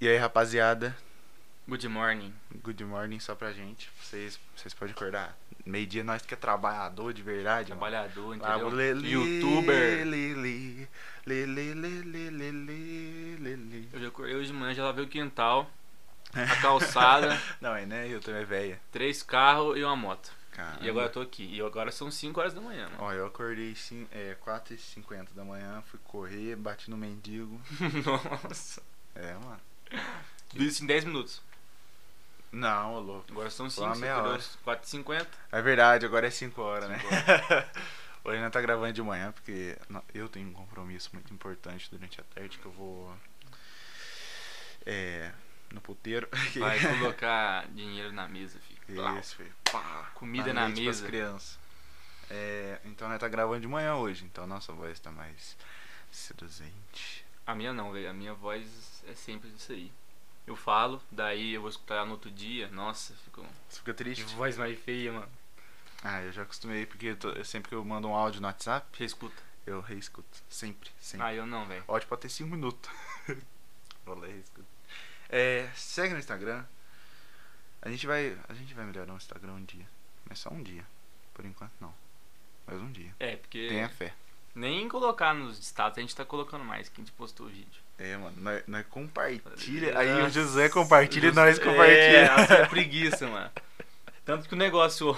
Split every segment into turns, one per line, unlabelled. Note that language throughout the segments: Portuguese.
E aí, rapaziada,
Good morning.
good morning só pra gente. Vocês, vocês podem acordar. Meio-dia nós que é trabalhador de verdade, mano.
Trabalhador,
Lá,
entendeu?
lele,
Youtuber.
lele, lele, lele, lele, lele.
Eu já acordei hoje de manhã, já lavei o quintal, a calçada,
Não, é né? Eu também é velha.
três carros e uma moto.
Caramba.
E agora eu tô aqui. E agora são 5 horas da manhã, né? mano.
Ó, eu acordei cin- é, 4h50 da manhã, fui correr, bati no mendigo.
Nossa.
É, mano.
Tudo isso em 10 minutos.
Não, ô louco.
Agora são
Foi uma
5,
meia hora.
4h50.
É verdade, agora é 5 horas, né?
Cinco
Hoje não tá gravando de manhã, porque não- eu tenho um compromisso muito importante durante a tarde que eu vou. É. No puteiro.
Vai colocar dinheiro na mesa, filho. Plau.
Isso, filho. Pá,
Comida
dá
na
leite pras
mesa.
crianças. É, então nós tá gravando de manhã hoje, então nossa voz tá mais seduzente.
A minha não, velho. A minha voz é sempre isso aí. Eu falo, daí eu vou escutar no outro dia. Nossa, ficou.
Você fica
Que
triste?
voz mais feia, mano.
Ah, eu já acostumei, porque eu tô- sempre que eu mando um áudio no WhatsApp,
Você escuta.
eu reescuto. Sempre, sempre.
Ah, eu não, velho.
Ótimo pode ter 5 minutos. Vou ler isso. É, segue no Instagram. A gente vai. A gente vai melhorar o Instagram um dia. Mas só um dia. Por enquanto não. Mas um dia.
É, porque.
Tenha fé.
Nem colocar nos status, a gente tá colocando mais que a gente postou o vídeo.
É, mano, nós, nós compartilha. Aí o
Nossa,
José compartilha e
José-
nós
É,
compartilha.
nossa, é preguiça, mano. Tanto que o negócio.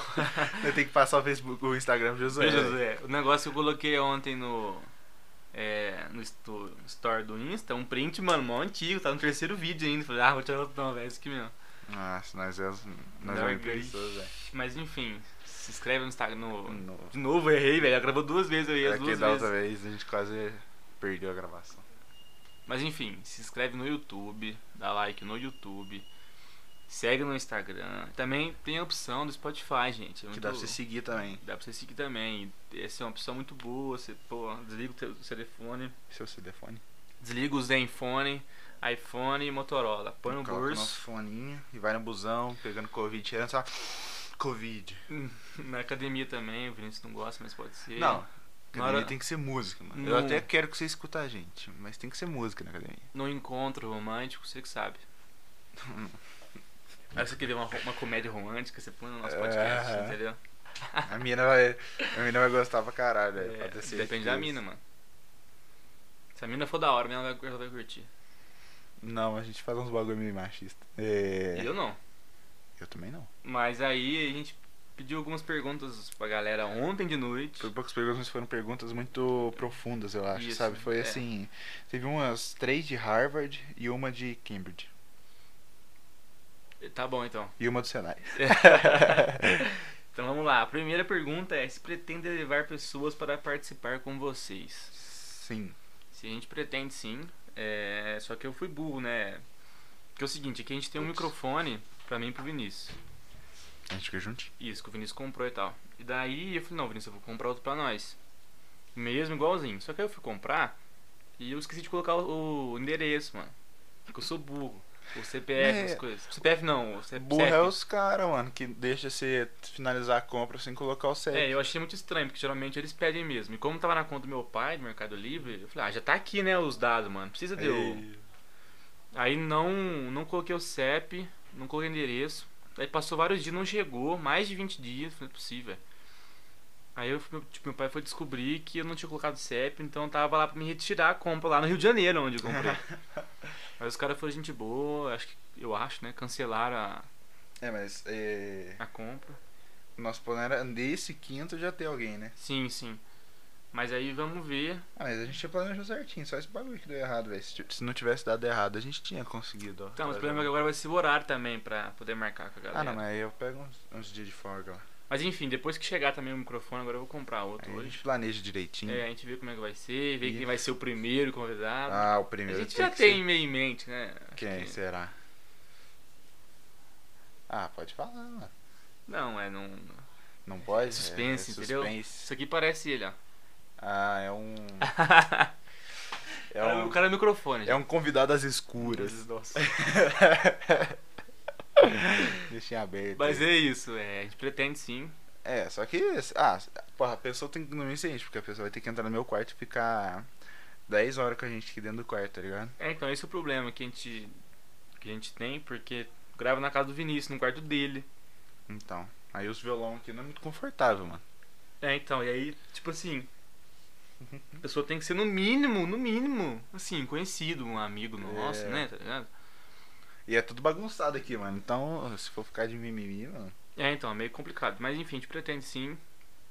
Nós tem que passar o Facebook, o Instagram pro José.
Ô, José, É, o negócio que eu coloquei ontem no. É, no sto- store do Insta, um print, mano, mó antigo, tá no terceiro vídeo ainda. Falei, ah, vou tirar outro, não, velho, isso aqui mesmo.
Nossa, nós é as- nós
Não,
é
gay.
pessoas, velho.
Mas enfim, se inscreve no Instagram. No...
No-
De novo, eu errei, velho. Gravou duas vezes, eu ia as
É que
duas
da
vezes.
Hum. outra vez a gente quase perdeu a gravação.
Mas enfim, se inscreve no YouTube, dá like no YouTube, segue no Instagram. Também tem a opção do Spotify, gente. É
Que
muito-
dá pra você seguir também.
dá pra você seguir também. Essa é uma opção muito boa. Você pô, desliga o teu telefone,
Seu telefone.
desliga o Zenfone, iPhone e Motorola. Põe no
Coloca nosso
bolso,
foninho e vai no busão, pegando Covid, tirando essa. Covid.
na academia também. O Vinícius não gosta, mas pode ser.
Não, academia
hora-
tem que ser música, mano.
No-
Eu até quero que você escuta a gente, mas tem que ser música na academia.
No encontro romântico, você que sabe. Aí você quer ver uma, ro- uma comédia romântica, você põe no nosso podcast,
É.
entendeu?
A mina vai, a mina vai gostar pra caralho, velho.
É,
pode ter
depende
certeza.
da mina, mano. Se a mina for da hora, ela vai, ela vai curtir.
Não, a gente faz uns bagulho meio machista. É...
Eu não.
Eu também não.
Mas aí a gente pediu algumas perguntas pra galera ontem de noite.
Foi poucas perguntas, mas foram perguntas muito profundas, eu acho,
Isso,
sabe? Foi
é.
assim. Teve umas três de Harvard e uma de Cambridge.
Tá bom então.
E uma do Senai.
então vamos lá. A primeira pergunta é se pretende levar pessoas para participar com vocês.
Sim.
Se a gente pretende sim. É... Só que eu fui burro, né? Porque é o seguinte, aqui a gente tem um
Putz.
microfone pra mim e pro Vinícius.
A gente fica juntinho.
Isso, que o Vinícius comprou e tal. E daí eu falei, não, Vinícius, eu vou comprar outro pra nós. Mesmo igualzinho. Só que aí eu fui comprar e eu esqueci de colocar o, o endereço, mano. Porque eu sou burro. O CPF,
É.
as coisas. CPF não, o CPF.
Burro é os caras, mano, que deixa você finalizar a compra sem colocar o CEP.
É, eu achei muito estranho, porque geralmente eles pedem mesmo. E como tava na conta do meu pai, do Mercado Livre, eu falei, ah, já tá aqui, né, os dados, mano. Precisa de eu...
E-
Aí não, não coloquei o CEP, não coloquei o endereço. Aí passou vários dias, não chegou, mais de 20 dias, falei, não é possível. Aí eu, fui- tipo, meu pai foi descobrir que eu não tinha colocado CEP, então eu tava lá pra me retirar a compra lá no Rio de Janeiro, onde eu comprei. Aí os caras foram gente boa, acho que, eu acho, né, cancelaram a,
É, mas é...
a compra.
nosso plano era desse quinto já ter alguém, né?
Sim, sim. Mas aí vamos ver.
Ah, mas a gente planejou certinho, só esse bagulho que deu errado, velho. Se, ti- se não tivesse dado errado, a gente tinha conseguido. ó. um-
Então, mas o problema é que agora vai ser o horário também pra poder marcar com a galera.
Ah, não, mas aí eu pego uns, uns dias de folga lá.
Mas enfim, depois que chegar também o microfone, agora eu vou comprar outro
Aí a
hoje.
gente planeja direitinho.
É, a gente vê como é que vai ser, vê
Isso.
quem vai ser o primeiro convidado.
Ah, o
a
primeiro.
gente já
que
tem
ser-
meio em mente, né? Acho
Quem é
que-
será? Ah, pode falar, mano.
Não, é não.
Não pode? É-
Suspense,
é
entendeu?
suspense.
Isso aqui parece ele, ó.
Ah, é um. é
Cara,
um.
O cara é o microfone.
É um convidado às
gente.
escuras.
Nossa.
Deixei aberto.
Mas é isso, é, a gente pretende sim.
É, só que. Ah, porra, a pessoa tem que. Não me seguinte, porque a pessoa vai ter que entrar no meu quarto e ficar 10 horas com a gente aqui dentro do quarto, tá ligado?
É, então esse é o problema que a gente, que a gente tem, porque grava na casa do Vinícius, no quarto dele.
Então. Aí os violão aqui não é muito confortável, mano.
É, então, e aí, tipo assim, a pessoa tem que ser no mínimo, no mínimo, assim, conhecido, um amigo nosso,
É.
né, tá ligado?
E é tudo bagunçado aqui, mano. Então, se for ficar de mimimi, mano.
É, então, é meio complicado. Mas enfim, a gente pretende sim.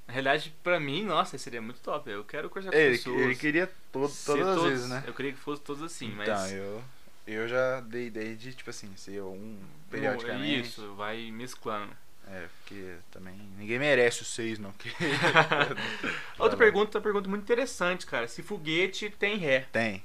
Na realidade, pra mim, nossa, seria muito top. Eu quero conversar com
Ele,
pessoas.
ele queria todo, todas
ser
as
todos-
vezes, né?
Eu queria que fosse todos assim, mas.
Então, eu, eu já dei ideia de, tipo assim, ser um
é
periodicamente.
Isso, vai mesclando.
É, porque também ninguém merece os seis, não. que- Tá
Outra
Vai lá.
pergunta, uma pergunta muito interessante, cara. Se foguete tem ré.
Tem.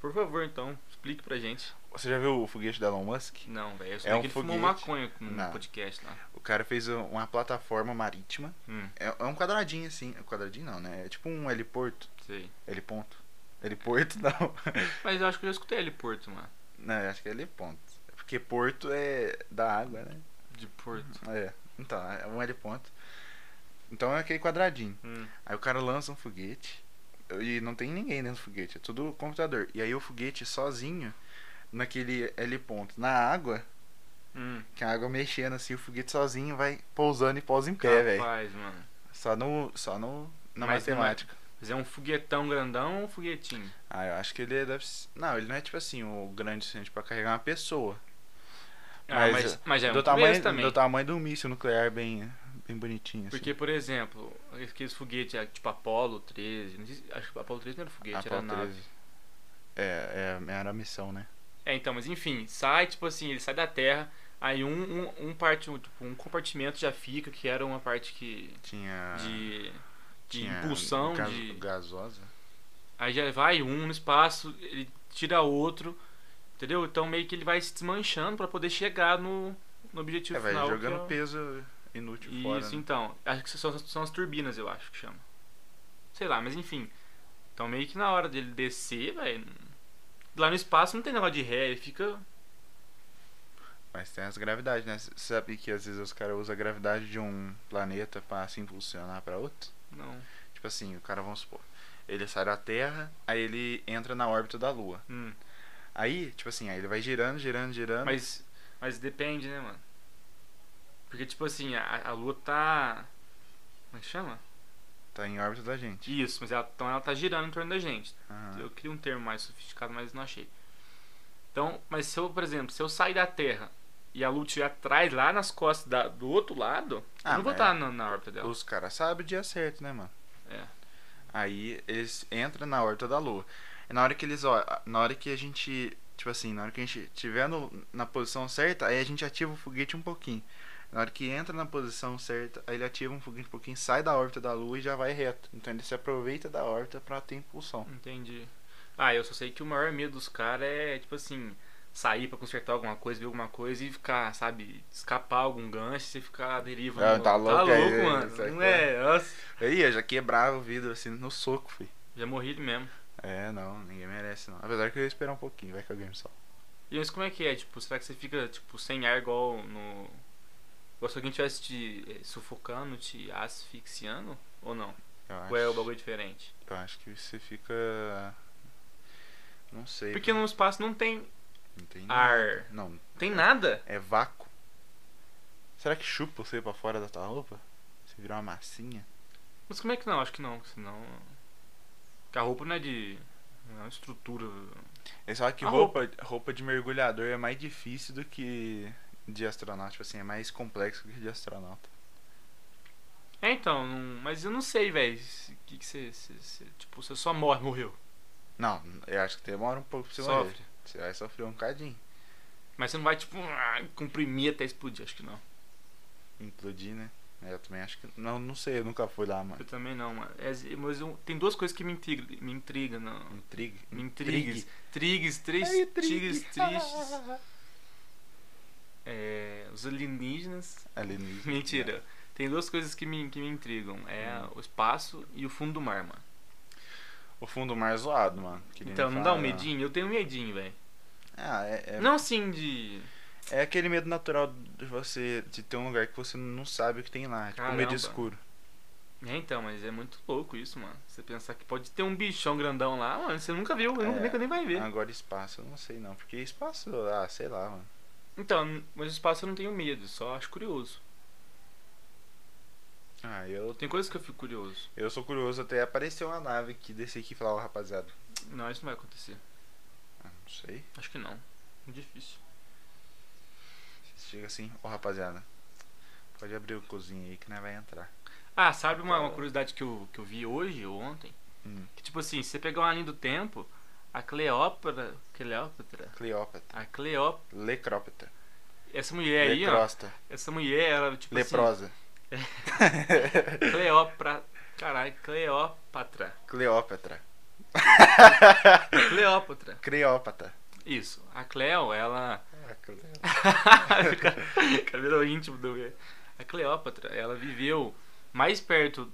Por favor, então, explique pra gente.
Você já viu o foguete da Elon Musk?
Não, velho. Eu
É
sei
um
que ele fumou
foguete.
maconha no
Não.
podcast lá.
O cara fez um- uma plataforma marítima.
Hum,
É, é um quadradinho assim. Quadradinho não, né? É tipo um heliporto.
sei.
Heliponto. Heliporto não.
Mas eu acho que eu já escutei ele Porto, mano.
não, eu acho que é heliponto. Porque porto é da água, né?
De Porto.
É. Então, é um heliponto. Então é aquele quadradinho.
Hum.
Aí o cara lança um foguete. E não tem ninguém dentro do foguete, é tudo computador. E aí o foguete sozinho, naquele L ponto, na água,
Hum.
que a água mexendo assim, o foguete sozinho vai pousando e pousa em pé, é, velho.
Capaz, mano.
Só no. Só no. Na
Mas não é-
matemática.
Mas é um foguetão grandão ou um foguetinho?
Ah, eu acho que ele deve. s- Não, ele não é tipo assim, o grande suficiente pra carregar uma pessoa.
Ah,
Mas,
mas, mas é
do,
um tamanho,
tamanho,
também.
do tamanho de um míssil nuclear bem, bem bonitinho. Assim.
Porque, por exemplo, aqueles foguetes é, tipo Apollo 13, não sei se- acho que Apollo 13 não era foguete,
Apollo
era nave.
13. É, é, era a missão, né?
É, então, mas enfim, sai, tipo assim, ele sai da Terra, aí um, um, um parte, um, tipo, um compartimento já fica, que era uma parte que.
Tinha.
de. de
Ah, tinha,
impulsão,
no caso,
de.
Gasosa.
Aí já vai um no espaço, ele tira outro, entendeu? Então meio que ele vai se desmanchando pra poder chegar no, no objetivo
É, vai
final. que
jogando
é...
peso inútil
Isso,
fora. né?
então. Acho que são, são as turbinas, eu acho que chama. Sei lá, mas enfim. Então meio que na hora dele descer, velho. Lá no espaço não tem negócio de ré, ele fica.
Mas tem as gravidades, né? Você sabe que às vezes os caras usam a gravidade de um planeta pra se impulsionar pra outro?
Não.
Tipo assim, o cara, vamos supor, ele sai da Terra, aí ele entra na órbita da Lua.
Hum.
Aí, tipo assim, aí ele vai girando, girando, girando.
Mas. Mas depende, né, mano? Porque tipo assim, a, a lua tá. Como é que chama?
Tá em órbita da gente.
Isso, mas ela, então ela tá girando em torno da gente.
Aham.
Eu queria um termo mais sofisticado, mas não achei. Então, mas se eu, por exemplo, se eu sair da Terra e a Lua estiver atrás, lá nas costas da- do outro lado,
Ah,
eu não vou
mas-
estar na, na órbita dela.
Os caras sabem o dia certo, né, mano?
É.
Aí eles entram na horta da lua. E na hora que eles, ó, na hora que a gente, tipo assim, na hora que a gente tiver no- na posição certa, aí a gente ativa o foguete um pouquinho. Na hora que entra na posição certa, aí ele ativa um foguete um pouquinho, sai da órbita da lua e já vai reto. Então ele se aproveita da órbita pra ter impulsão.
Entendi. Ah, eu só sei que o maior medo dos caras é, tipo assim, sair pra consertar alguma coisa, ver alguma coisa e ficar, sabe, escapar algum gancho e ficar à deriva.
Ah,
no-
tá louco aí, isso
mano.
aqui,
Não é? Nossa.
Aí eu já quebrava o vidro assim no soco, fi.
Já morri ele mesmo.
É, não, ninguém merece não. Apesar que eu ia esperar um pouquinho, vai que alguém me salva.
E mas como é que é? Tipo, será que você fica, tipo, sem ar igual no. Igual se alguém estivesse te eh, sufocando, te asfixiando? Ou não?
Eu acho,
Ou é o bagulho diferente?
eu acho que você fica. Não sei.
Porque no espaço não tem.
Não tem
Ar.
nada. Não,
Tem nada?
é vácuo. Será que chupa você pra fora da tua roupa? Você virar uma massinha?
Mas como é que não? Acho que não, porque senão. Porque a roupa não é de. Não é uma estrutura.
É só que
A
roupa, roupa de mergulhador é mais difícil do que de astronauta. Tipo assim, é mais complexo do que de astronauta.
É então, não... mas eu não sei, velho. O que que você. você- você- Tipo, você só morre, morreu.
Não, eu acho que demora um pouco pra você morrer.
Sofre.
Você vai sofrer um bocadinho.
Mas você não vai, tipo, ah, comprimir até explodir, acho que não.
Implodir, né? Eu também acho que. Não, não sei, eu nunca fui lá,
Eu
mano.
também não, mano. É, mas eu- tem duas coisas que me intrigam. Me intrigam não.
Intrigue.
Intrigues. Trigues, três
Ai,
tigres
intrigue.
tristes. É, os alienígenas.
Alienígena.
Mentira. Tem duas coisas que me, que me intrigam. É
Hum.
o espaço e o fundo do mar, mano.
O fundo do mar é zoado, mano. Queria
então,
nem
não dá um
falar.
medinho? Eu tenho um medinho, velho.
Ah, é. é-
Não assim de...
É aquele medo natural de você de ter um lugar que você não sabe o que tem lá, tipo medo
Caramba.
escuro.
É, então, mas é muito louco isso, mano. Você pensar que pode ter um bichão grandão lá, mano, você nunca viu,
É.
nunca, nunca nem vai ver.
Agora espaço, eu não sei não, porque espaço, ah, sei lá, mano.
Então, mas espaço eu não tenho medo, só acho curioso.
Ah, eu
Tem coisas que eu fico curioso.
eu sou curioso até aparecer uma nave que descer aqui e falar, ó, rapaziada,
Não, isso não vai acontecer.
ah, não sei.
Acho que não. Muito difícil.
Chega assim, ó, rapaziada. Pode abrir o cozinho aí que nós vai entrar.
Ah, sabe uma, uma curiosidade que eu, que eu vi hoje ou ontem?
Hum.
Que tipo assim, se você pegar uma linha do tempo, a Cleópatra. Cleópatra?
Cleópatra.
A Cleópatra.
Lecrópatra.
Essa mulher É aí, ó.
Lecrosta.
Essa mulher, ela, tipo
Leprosa.
assim. Cleópatra. Caralho, Cleópatra.
Cleópatra.
Cleópatra.
Creópata.
Isso. A Cleo, ela.
Ah, Cle-
Cabelo íntimo do. A Cleópatra, ela viveu mais perto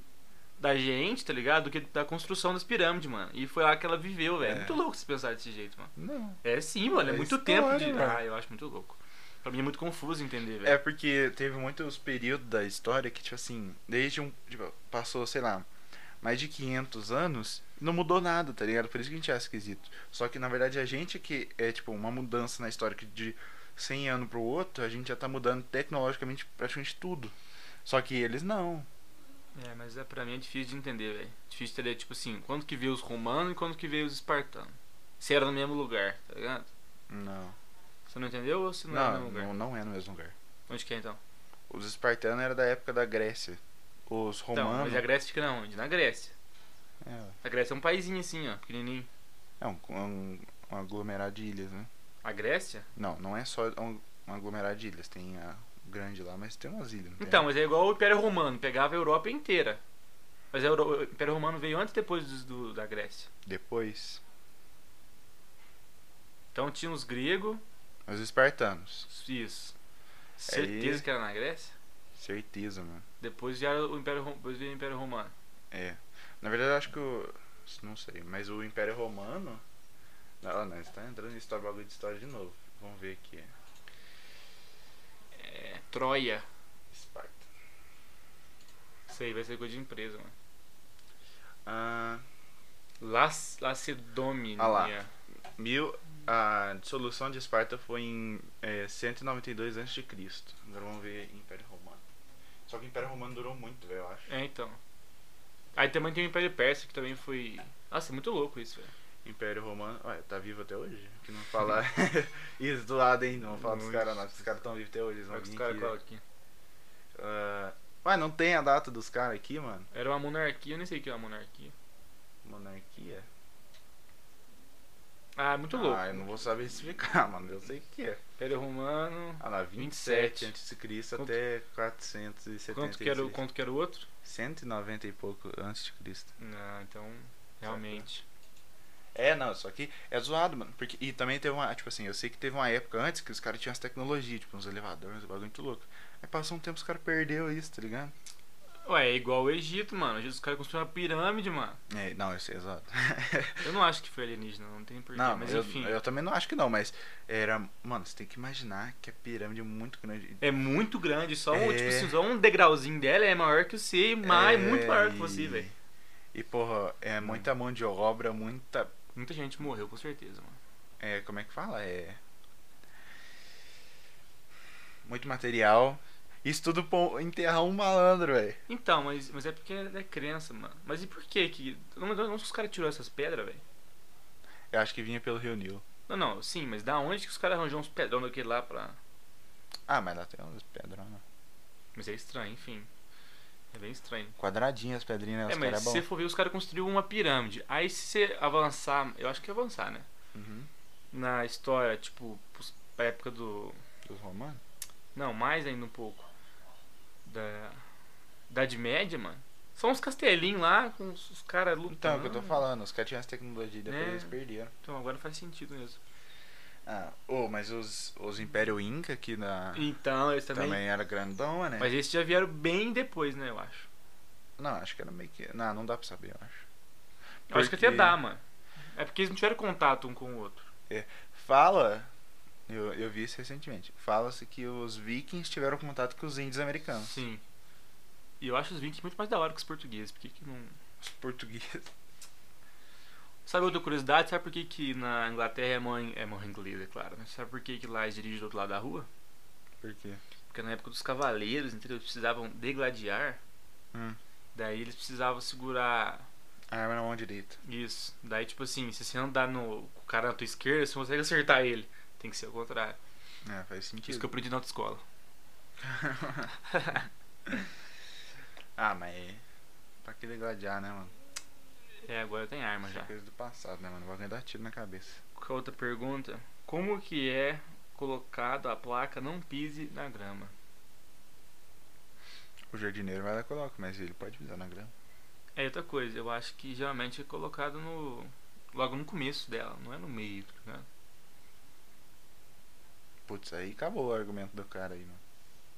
da gente, tá ligado? Do que da construção das pirâmides, mano. E foi lá que ela viveu, velho. É
É.
muito louco se pensar desse jeito, mano.
Não.
É sim, mano. É,
É
muito
história,
tempo de.
mano.
Ah, eu acho muito louco. Pra mim é muito confuso entender, velho.
É porque teve muitos períodos da história que, tipo assim, desde um. Tipo, passou, sei lá, mais de 500 anos, não mudou nada, tá ligado? Por isso que a gente acha esquisito. Só que, na verdade, a gente que é, tipo, uma mudança na história que de 100 anos pro outro, a gente já tá mudando tecnologicamente praticamente tudo. Só que eles não.
É, mas é, pra mim é difícil de entender, velho. Difícil de entender, tipo assim, quando que veio os romanos e quando que veio os espartanos. Se era no mesmo lugar, tá ligado?
Não.
Você não entendeu ou se não, era no
Não,
mesmo lugar?
não, não é no mesmo lugar.
Onde que é então?
Os espartanos era da época da Grécia. Os
Então,
romanos.
mas a Grécia fica na onde? Na Grécia.
é,
A Grécia é um paizinho assim, ó, pequenininho.
é um, um, um aglomerado de ilhas, né?
A Grécia?
Não, não é só um, um aglomerado de ilhas. Tem a grande lá, mas tem umas ilhas. não tem?
Então, mas é igual o Império Romano, pegava a Europa inteira. Mas a Euro- o Império Romano veio antes e depois dos- do- da Grécia.
Depois,
Então tinha os gregos,
os espartanos.
isso. Certeza que era na Grécia?
Certeza, mano.
Depois já era o Império, Rom- depois veio o Império Romano.
É. Na verdade, eu acho que o. Não sei, mas o Império Romano. Não, não, você tá entrando em história, bagulho de história de novo. Vamos ver aqui.
É, Troia.
Esparta.
Isso aí vai ser coisa de empresa, mano.
Ah,
Las, Lacedomínia.
Ah lá. mil, a dissolução de Esparta foi em é, 192 a.C. Agora vamos ver Império Romano. Só que o Império Romano durou muito, velho, eu acho.
É, então. Aí também tem o Império Persa, que também foi... Nossa, é muito louco isso, velho.
Império Romano. Ué, tá vivo até hoje? Que não falar isso do lado, hein? Não vamos falar dos
Muito.
caras, não. Os caras tão vivos até hoje. Eles vão
Olha os
vir
caras
aqui.
colam aqui.
Ah, Ué, não tem a data dos caras aqui, mano?
Era uma monarquia, eu nem sei o que é uma monarquia.
Monarquia?
Ah, é muito louco.
Ah, eu não vou saber explicar, mano. Eu sei o que é.
Império Romano...
Ah lá, 27,
27.
a.C.
Quanto-
até 476.
Quanto que, era, o- quanto que era o outro?
190 e pouco antes de Cristo.
Não, então... Realmente.
É, não, só que é zoado, mano. Porque, e também teve uma, tipo assim, eu sei que teve uma época antes que os caras tinham as tecnologias, tipo, uns elevadores, um bagulho muito louco. Aí passou um tempo os caras perderam isso, tá ligado?
Ué, é igual o Egito, mano. O Egito, Os caras construíram uma pirâmide, mano.
É, não, isso é exato.
Eu não acho que foi alienígena, não tem porquê.
Não,
mas
eu,
enfim.
eu também não acho que não, mas era. Mano, você tem que imaginar que a pirâmide é muito grande.
É muito grande, só um,
É.
tipo assim, só um degrauzinho dela é maior que o C, mas é muito maior que
e-
você, velho.
E, porra, é muita mão de obra, muita.
Muita gente morreu, com certeza, mano.
É, como é que fala? É. Muito material. Isso tudo pra enterrar um malandro, velho.
Então, mas, mas é porque é crença, mano. Mas e por que que... Não, não, onde que os caras tiraram essas pedras, velho?
Eu acho que vinha pelo Rio Nilo.
Não, não, sim, mas da onde que os caras arranjaram uns pedrão daquele lá pra...
Ah, mas lá tem umas né? pedronas.
Mas é estranho, enfim. É bem estranho.
Quadradinhas as pedrinhas,
É,
os
mas
caras é
se
bom.
você for ver, os caras construíram uma pirâmide. Aí se você avançar, eu acho que é avançar, né?
Uhum.
Na história, tipo, pros- pra época do.
Dos romanos?
Não, mais ainda um pouco. Da. Idade Média, mano. Só uns castelinhos lá com os, os caras lutando.
Então, é o que eu tô falando, os caras tinham as tecnologias, depois
É.
eles perderam.
Então agora faz sentido mesmo.
Ah, oh, mas os, os Império Inca aqui na.
Então, eles também.
Ah. Também, era grandão, né?
Mas esses já vieram bem depois, né, eu acho.
Não, acho que era meio que. Não, não dá pra saber, eu acho.
Eu acho que até
Porque-
dá, mano. É porque eles não tiveram contato um com o outro.
Fala Eu, eu vi isso recentemente. Fala-se que os vikings tiveram contato com os índios americanos.
Sim. E eu acho os vikings muito mais da hora que os portugueses. Por que, que não.
Os portugueses.
Sabe outra curiosidade? Sabe por que, que na Inglaterra é mãe, é mãe inglesa, é claro. Mas sabe por que, que lá eles dirigem do outro lado da rua?
Por quê?
Porque na época dos cavaleiros, entendeu? Eles precisavam degladiar.
Hum.
Daí eles precisavam segurar
A arma na mão direita.
isso. Daí, tipo assim, se você andar no, com o cara na tua esquerda, você não consegue acertar ele. Tem que ser o contrário.
É, faz sentido.
Isso que eu aprendi na autoescola.
ah, mas. Pra que gladiar, né, mano?
É, agora tem arma
Isso é
já.
coisa do passado, né, mano? Vai dar tiro na cabeça.
Qual outra pergunta? Como que é colocado a placa não pise na grama?
O jardineiro vai lá e coloca, mas ele pode pisar na grama.
É outra coisa, eu acho que geralmente é colocado no. logo no começo dela, não é no meio, tá ligado?
Putz, aí acabou o argumento do cara aí, mano.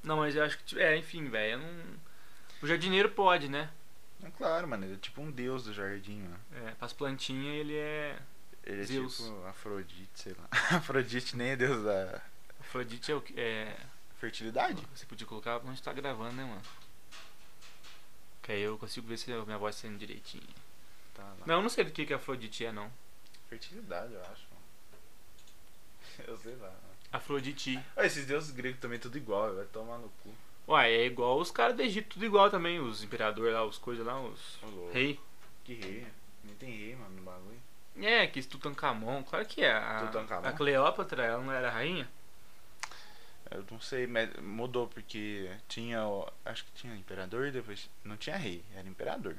Não, mas eu acho que. tipo, É, enfim, velho, eu não. O jardineiro pode, né?
É claro, mano, ele é tipo um deus do jardim, mano.
É, pras plantinhas ele é.
Ele é
Zeus.
tipo Afrodite, sei lá. Afrodite nem é deus da
Afrodite é o que. É...
fertilidade?
Você podia colocar onde tá gravando, né, mano? Que aí eu consigo ver se a minha voz tá saindo direitinho.
Tá lá.
Não, eu não sei do que, que a Afrodite é, não.
Fertilidade, eu acho, mano. Eu sei lá. mano.
Afrodite.
Ah, esses deuses gregos também tudo igual, vai tomar no cu.
Uai, é igual os caras do Egito, tudo igual também. Os imperadores lá, os coisas lá, os.
Ô, louco.
Rei.
Que rei? Nem tem rei, mano, no bagulho.
É, que esse Tutankamon, claro que é. A,
Tutankhamon?
a Cleópatra, ela não era rainha?
Eu não sei, mas mudou porque tinha, o- acho que tinha imperador e depois não tinha rei, era imperador.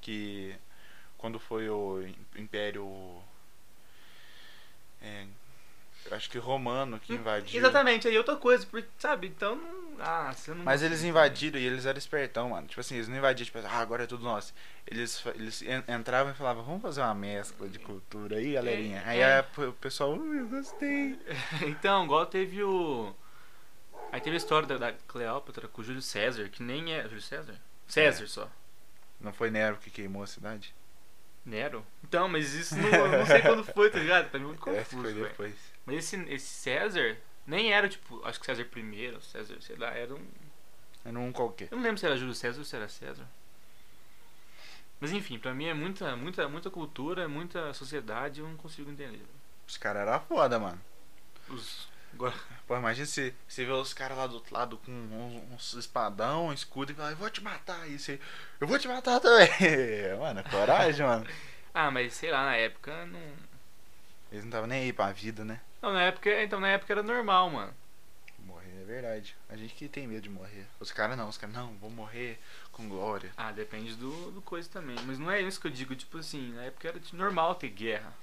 Que quando foi o im- império é, eu acho que romano que invadiu.
Hum, Exatamente, aí é outra coisa, porque, sabe, então não. Ah, você não.
Mas eles invadiram e eles eram espertão, mano. Tipo assim, eles não invadiam, tipo, ah, agora é tudo nosso. Eles, fa- eles en- entravam e falavam, vamos fazer uma mescla de cultura aí, galerinha. Aí
é.
a- o pessoal, "Ui, eu gostei.
Então, igual teve o. Aí teve a história da, da Cleópatra com o Júlio César, que nem é. Júlio César? César só.
Não foi Nero que queimou a cidade?
Nero? Então, mas isso não, eu não sei quando foi, tá ligado? Tá muito
É, foi
confuso, velho.
depois.
Mas esse, esse César nem era, tipo, acho que César I, César, sei lá, era um.
Era um qualquer.
Eu não lembro se era Júlio César ou se era César. Mas enfim, pra mim é muita, muita, muita cultura, muita sociedade, eu não consigo entender.
Os caras eram foda, mano.
Os. Agora,
Pô, imagina se você vê os caras lá do outro lado com uns, uns espadão, um escudo e fala, eu vou te matar. E você, eu vou te matar também. mano, é coragem, mano.
Ah, mas sei lá, na época não.
Eles não estavam nem aí pra vida, né?
Não, na época. Então na época era normal, mano.
Morrer é verdade. A gente que tem medo de morrer. Os caras não, os caras, não, vou morrer com glória.
Ah, depende do, do coisa também. Mas não é isso que eu digo, tipo assim, na época era de normal ter guerra.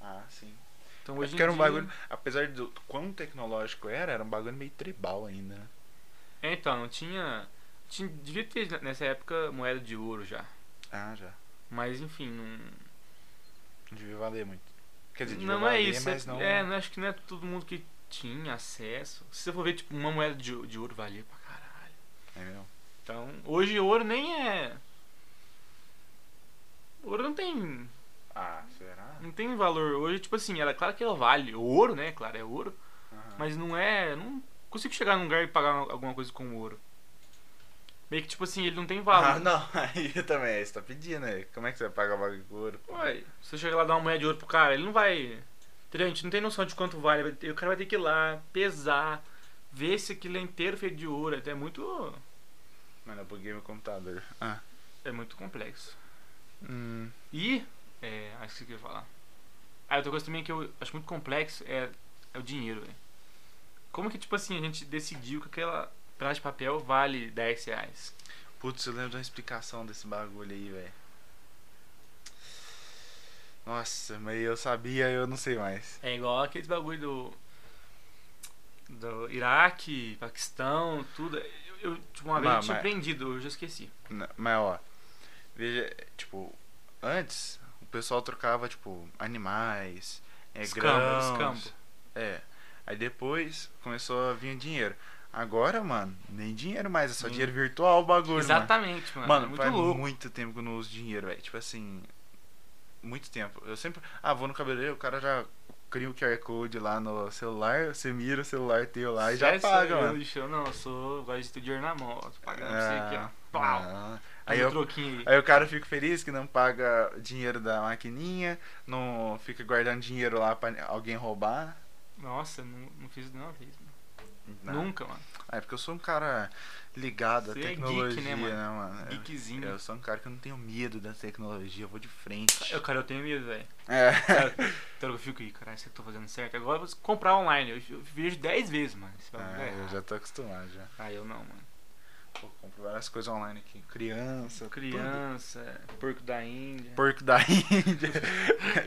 Ah, sim.
Então
Hoje
hoje
que era
em
um
dia-
bagulho, apesar do quão tecnológico era, era um bagulho meio tribal ainda, né?
É, então, não tinha. tinha devia ter n- nessa época moeda de ouro já.
Ah, já.
Mas enfim, não.
Não devia valer muito. Quer dizer, devia
Não é
valer,
isso.
mas
é,
não...
é, não acho que não é todo mundo que tinha acesso. Se você for ver, tipo, uma moeda de, de ouro valia pra caralho.
É mesmo?
Então, hoje ouro nem é. Ouro não tem
Ah, será?
Não tem valor hoje, tipo assim, ela, claro que ela vale. O ouro, né? Claro, é ouro.
Aham.
Mas não é. eu Não consigo chegar num lugar e pagar alguma coisa com ouro. Meio que tipo assim, ele não tem
Ah,
valor.
não, aí também, aí você tá pedindo, né? Como é que você vai pagar o bagulho com ouro? pô?
Ué, se você chegar lá e dar uma moeda de ouro pro cara, ele não vai. Entendeu? A gente não tem noção de quanto vale. vai ter- O cara vai ter que ir lá, pesar, ver se aquilo é inteiro feito de ouro. Então É muito.
Mano, eu buguei meu computador. Ah.
É muito complexo.
Hum.
E. É, acho que isso que eu ia falar. Ah, outra coisa também que eu acho muito complexo é, é o dinheiro, velho. Como que, tipo assim, a gente decidiu que aquela pedaço de papel vale 10 reais?
Putz, eu lembro de uma explicação desse bagulho aí, velho. Nossa, mas eu sabia, eu não sei mais.
É igual aqueles bagulho do. do Iraque, Paquistão, tudo. Eu, eu, tipo, uma vez
Mas-
eu tinha
mas-
aprendido, eu já esqueci.
N- Mas ó, veja, tipo, antes o pessoal trocava, tipo, animais, é,
Escambo, era
grãos.
escambo.
É. Aí depois começou a vir dinheiro. Agora, mano, nem dinheiro mais, é só
Nem-
dinheiro virtual o bagulho, mano.
Exatamente, mano.
Mano,
é muito
faz
louco.
muito tempo que eu não uso dinheiro, velho. Tipo assim. Muito tempo. Eu sempre. Ah, vou no cabeleireiro, o cara já cria o QR Code lá no celular, você mira o celular teu lá e
Sério,
já
isso
paga,
aí,
mano.
lixo? Eu não, eu sou. eu Gosto de ter dinheiro na mão. ó, Tô pagando pra você
Ah,
aqui, ó. Pau!
ah.
Aí
Aí,
um
eu-
troquinho aí.
aí o cara fica feliz que não paga dinheiro da maquininha, não fica guardando dinheiro lá pra alguém roubar.
Nossa, não, não fiz nenhuma vez. mano.
Não.
Nunca, mano.
Ah, É porque eu sou um cara ligado à
Você é geek,
tecnologia,
né, mano?
Eu-
Geekzinho.
Eu sou um cara que eu não tenho medo da tecnologia, eu vou de frente.
Eu, cara, eu tenho medo, velho.
É.
Cara, Então eu fico aí, caralho, será que eu tô fazendo certo? Agora eu vou comprar online. Eu, eu vejo 10 vezes, mano. Esse bagulho
Ah,
é
eu
errado.
já tô acostumado já.
Ah, eu não, mano.
Pô, compro várias coisas online aqui. Criança, tudo.
Criança, porco da Índia,
Porco da Índia,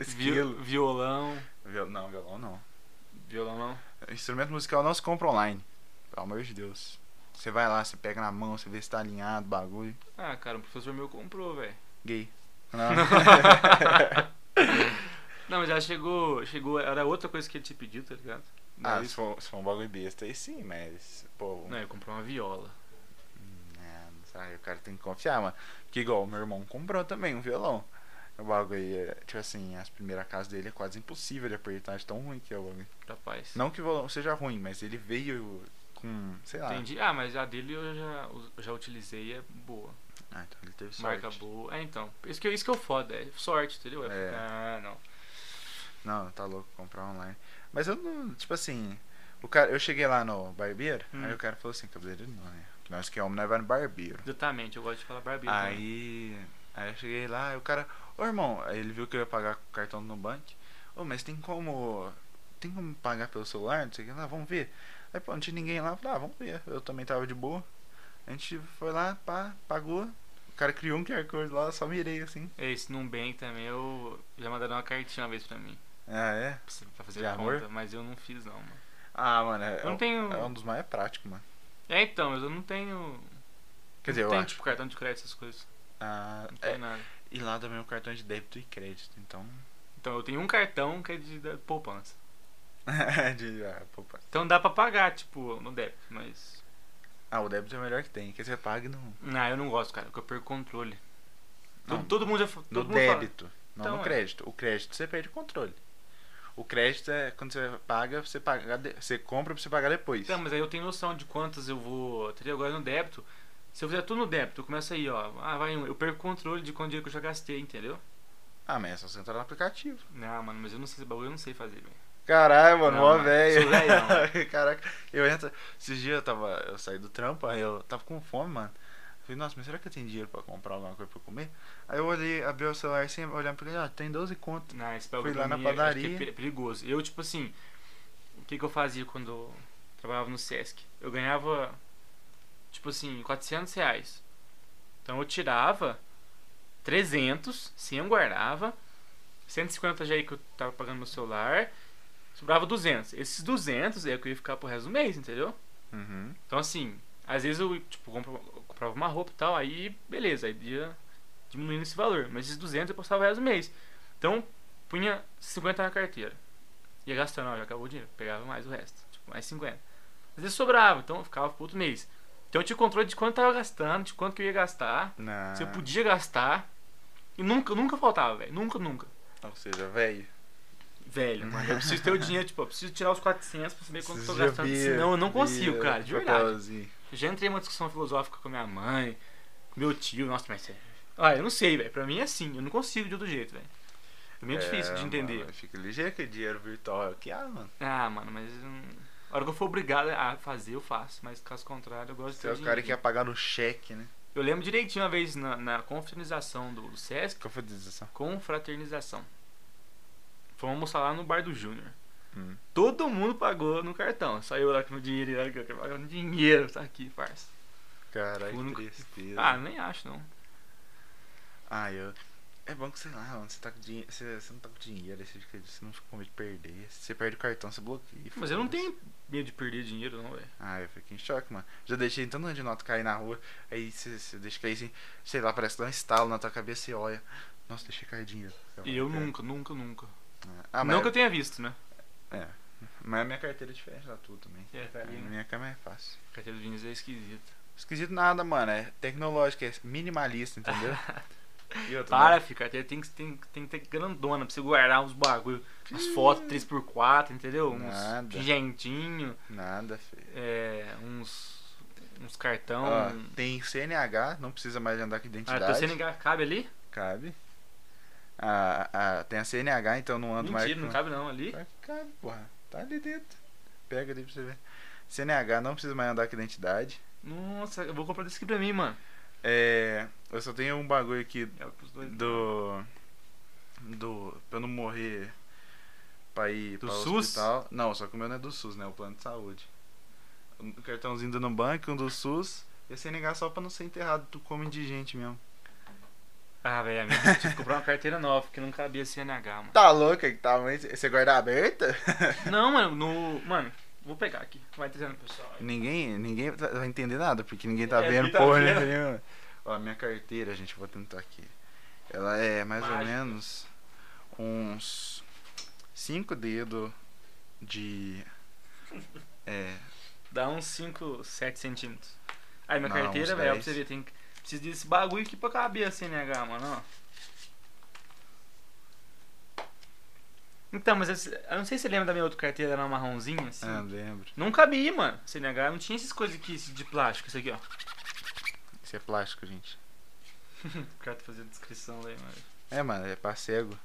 vi-
esquilo.
violão.
Viol- Não, violão não.
Violão não?
Instrumento musical não se compra online. Pelo amor de Deus. Você vai lá, você pega na mão, você vê se tá alinhado, bagulho.
Ah, cara, um professor meu comprou, velho.
Gay. Não.
Não, mas já chegou, chegou, era outra coisa que ele tinha pedido, tá ligado?
ah,
Daí,
se for, se for um bagulho besta, aí sim, mas. Pô,
Não, ele comprou uma viola.
É, não sei, o cara tem que confiar, mano. Porque igual o meu irmão comprou também um violão. O bagulho, é, tipo assim, as primeiras casas dele é quase impossível de apertar de tão ruim que é o bagulho.
Capaz.
Não que o violão seja ruim, mas ele veio com, sei lá.
Entendi. Ah, mas a dele eu já, eu já utilizei, é boa.
Ah, então ele teve sorte.
Marca boa. É, então. Isso que, isso que é o foda, é sorte, entendeu? É,
É.
ficar, Ah, não.
Não, tá louco comprar online. Mas eu não, tipo assim, o cara, eu cheguei lá no barbeiro,
Hum.
aí o cara falou assim, cabeleireiro não, né? Que nós que é homem, nós vai no barbeiro.
Exatamente, eu gosto de falar barbeiro. né? também.
Aí, aí eu cheguei lá, aí o cara, ô irmão, aí ele viu que eu ia pagar com o cartão do Nubank. Ô, mas tem como. Tem como pagar pelo celular? Não sei o que lá, vamos ver. Aí, pô, não tinha ninguém lá, eu falei, ah, vamos ver. Eu também tava de boa. A gente foi lá, pá, pagou. O cara criou um QR Code lá, eu só mirei assim.
Esse Nubank também, eu já mandaram uma cartinha uma vez pra mim.
Ah, é?
Pra você- pra fazer
De
conta,
amor?
mas eu não fiz não, mano.
Ah, mano, é,
Eu não tenho.
é um dos mais práticos, mano.
É então, mas eu não tenho.
Quer dizer,
não
eu
tenho,
acho.
tipo, cartão de crédito, essas coisas.
Ah,
Não tenho
é,
nada.
e lá também o cartão é de débito e crédito, então.
Então eu tenho um cartão que é de da- poupança.
de, ah, poupa.
Então dá pra pagar, tipo, no débito, mas.
ah, o débito é o melhor que tem, que você paga e não.
Não, eu não gosto, cara, porque eu perco o controle. Todo,
Não.
todo mundo já. fa-
No
Todo mundo fala-
débito, não
Então,
no
é.
crédito. O crédito você perde o controle. O crédito é quando você paga, você paga, de- você compra pra você pagar depois.
Então, mas aí eu tenho noção de quantas eu vou. Entendeu? Agora no débito. Se eu fizer tudo no débito, eu começo aí, ó. Ah, vai um. Eu perco o controle de quanto dinheiro que eu já gastei, entendeu?
Ah, mas é só você entrar no aplicativo.
Não, mano, mas eu não sei esse bagulho, eu não sei fazer, velho.
Caralho, mano,
Não,
mó
mano,
velho.
sou velhão, mano.
Caraca, eu entro. Esses dias eu tava. Eu saí do trampo, aí eu tava com fome, mano. Eu Falei, nossa, mas será que eu tenho dinheiro pra comprar alguma coisa pra comer? Aí eu olhei, abri o celular sem olhar pra ele, ó, tem 12 conto.
Não, esse bagulho
Fui lá
pra
na
mim é- acho que
padaria.
é pe- perigoso. Eu, tipo assim, o que, que eu fazia quando eu trabalhava no Sesc? Eu ganhava, tipo assim, 400 reais. Então eu tirava 300, sim, eu guardava. 150 já aí que eu tava pagando no celular. Sobrava 200. Esses 200 é que eu ia ficar pro resto do mês, entendeu?
Uhum.
Então, assim, às vezes eu, tipo, compro, eu comprava uma roupa e tal, aí beleza, aí ia diminuindo esse valor. Mas esses 200 eu postava reais no mês. Então, punha 50 na carteira. Ia gastando, ó, já acabou o dinheiro. Pegava mais o resto, tipo, mais 50. Às vezes sobrava, então eu ficava pro outro mês. Então eu tinha controle de quanto eu tava gastando, de quanto que eu ia gastar,
Não.
se eu podia gastar. E nunca, nunca faltava, velho. Nunca, nunca.
Ou seja, velho.
Velho, mano, eu preciso ter o dinheiro, tipo, eu preciso tirar os 400 pra saber quanto eu tô
esses dias
gastando,
vi-
senão eu não
vi,
consigo,
eh,
cara, de verdade.
papelzinho.
Eu já entrei numa discussão filosófica com minha mãe, com meu tio, nossa, mas. é- Ah, eu não sei, velho. Pra mim é assim, eu não consigo de outro jeito, velho. É meio difícil de
mano,
entender.
fica ligeiro que dinheiro virtual é o que há, mano.
Ah, mano, mas. hum, A hora que eu for obrigado a fazer, eu faço. Mas caso contrário, eu gosto de
Você
ter
é o cara
dinheiro.
que ia pagar no cheque, né?
Eu lembro direitinho uma vez na, na confraternização do, do Sesc.
Confraternização.
Confraternização. Fomos almoçar lá no bar do Júnior.
Hum.
Todo mundo pagou no cartão. Saiu lá com o dinheiro e lá que eu quero pagar no dinheiro. Tá aqui, parça.
Caralho,
Fui no-
que tristeza.
Ah, nem acho não.
Ah, eu. É bom que sei lá, mano. Você, tá com dinhe- você, você não tá com dinheiro, aí você, fica- você não fica com medo de perder. Se você perde o cartão, você bloqueia.
Mas eu não
foda-se.
tenho medo de perder dinheiro, não, velho.
Ah, eu fiquei em choque, mano. Já deixei um tanto de nota cair na rua. Aí você, você deixa cair assim, sei lá, parece que dá um estalo na tua cabeça e olha. Nossa, deixei cair dinheiro. É,
E eu nunca, nunca, nunca.
Ah, mas, é,
não que eu tenha visto, né?
mas a minha carteira é diferente da tua também.
É, tá
A minha cama é fácil.
Carteira do Vinícius é esquisita.
Esquisito nada, mano. É tecnológico, é minimalista, entendeu? E outro,
Para,
né?
fica. Tem, tem, que- tem, tem que ter grandona pra você guardar uns bagulho. As fotos 3x4, entendeu? Uns
Nada.
pingentinho,
Nada, filho.
é, uns. Uns cartão.
Ó, tem CNH, não precisa mais andar com
ah,
identidade.
teu CNH cabe ali?
Cabe. A, a, tem a CNH, então não ando mais.
Mentira, não
com-
cabe não ali.
Tá- Cabe, porra. Tá ali dentro. Pega ali pra você ver. CNH, não precisa mais andar com identidade.
Nossa, eu vou comprar desse aqui pra mim, mano.
É. Eu só tenho um bagulho aqui
É pros dois.
do. Do. Pra eu não morrer pra ir
Do
pra
SUS?
hospital. Não, só que o meu não é do SUS, né? O plano de saúde. Um cartãozinho do Nubank, um do SUS. E a CNH só pra não ser enterrado, tu como indigente mesmo.
Ah, velho, amigo, eu tive que comprar uma carteira nova, porque não cabia CNH, mano.
Tá louca que tá, mas você guarda aberta?
Não, mano, no. Mano, vou pegar aqui. Vai entendendo, pessoal.
Ninguém, ninguém tá- vai entender nada, porque ninguém tá
É,
vendo
ninguém tá
porra
vendo.
nenhuma. Ó, minha carteira, gente, eu vou tentar aqui. Ela é mais ou
Mágica.
menos uns cinco dedos de. É.
Dá uns 5, 7 centímetros. Aí minha
Não,
carteira,
uns
velho, ó, pra
10.
você ver, tem que. Preciso desse bagulho aqui pra caber assim, né, a CNH, mano, ó. Então, mas esse- eu não sei se você lembra da minha outra carteira, era uma marronzinha, assim.
Ah, lembro.
Não cabia, mano. CNH não tinha essas coisas aqui esse de plástico, isso aqui, ó.
Isso é plástico, gente.
O cara tá fazendo descrição aí, mano.
É, mano, é pra cego.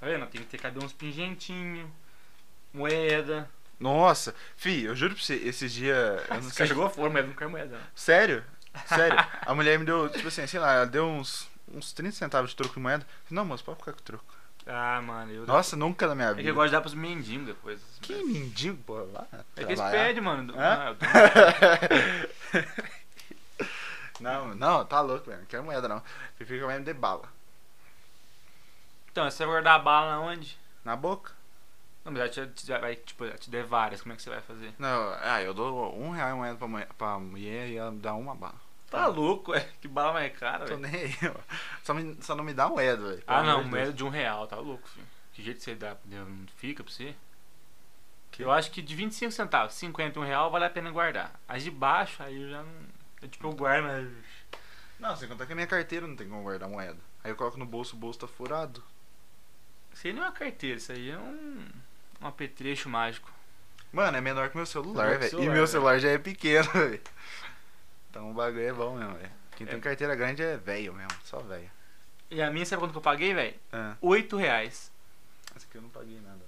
Tá vendo? Tem que ter cada um uns pingentinhos, moeda.
Nossa, fi, eu juro pra você, esses dias. Eu não
Esse
sei.
cara jogou a forma, mas não quer moeda, não.
Sério? Sério? A mulher me deu, tipo assim, sei lá, ela deu uns, uns 30 centavos de troco de moeda. Não, moço, pode ficar com o troco.
Ah, mano, eu.
Nossa, nunca na minha
É que
vida.
eu gosto de dar pros mendigos depois.
Que mendigo, pô, lá.
É que eles
trabalhar.
pedem, mano.
Hã?
Ah, eu tô-
não, não, tá louco, velho. Não quero moeda, não. Prefiro que eu me dê bala.
Então, você vai guardar a bala onde?
Na boca?
Não, mas ela te, já vai, tipo, ela te der várias, como é que você vai fazer?
Não, ah, eu dou um real em moeda pra, mulher- pra mulher e ela me dá uma bala.
Tá louco, é? Que bala mais cara,
Tô
velho.
nem aí, mano. Só, me- só não me dá moeda, velho.
Ah,
Pelo
não,
amor de
moeda
Deus.
de um real, tá louco, filho. Que jeito você dá, não fica pra você?
Que?
Eu acho que de 25 centavos, 50 e um real vale a pena guardar. As de baixo, aí eu já não. Eu, tipo, eu guardo, mas.
Não, sem contar que a minha carteira não tem como guardar moeda. Aí eu coloco no bolso, o bolso tá furado.
Isso aí não é uma carteira, isso aí é um. Um apetrecho mágico.
Mano, é menor que meu
Menor
celular,
que
velho. E
celular, né?
meu
velho.
celular já é pequeno, velho. Então o bagulho é bom mesmo, velho. Quem
É.
tem carteira grande é velho mesmo, só velho.
E a minha, sabe quanto que eu paguei, velho?
Ah,
8 reais.
essa aqui eu não paguei nada,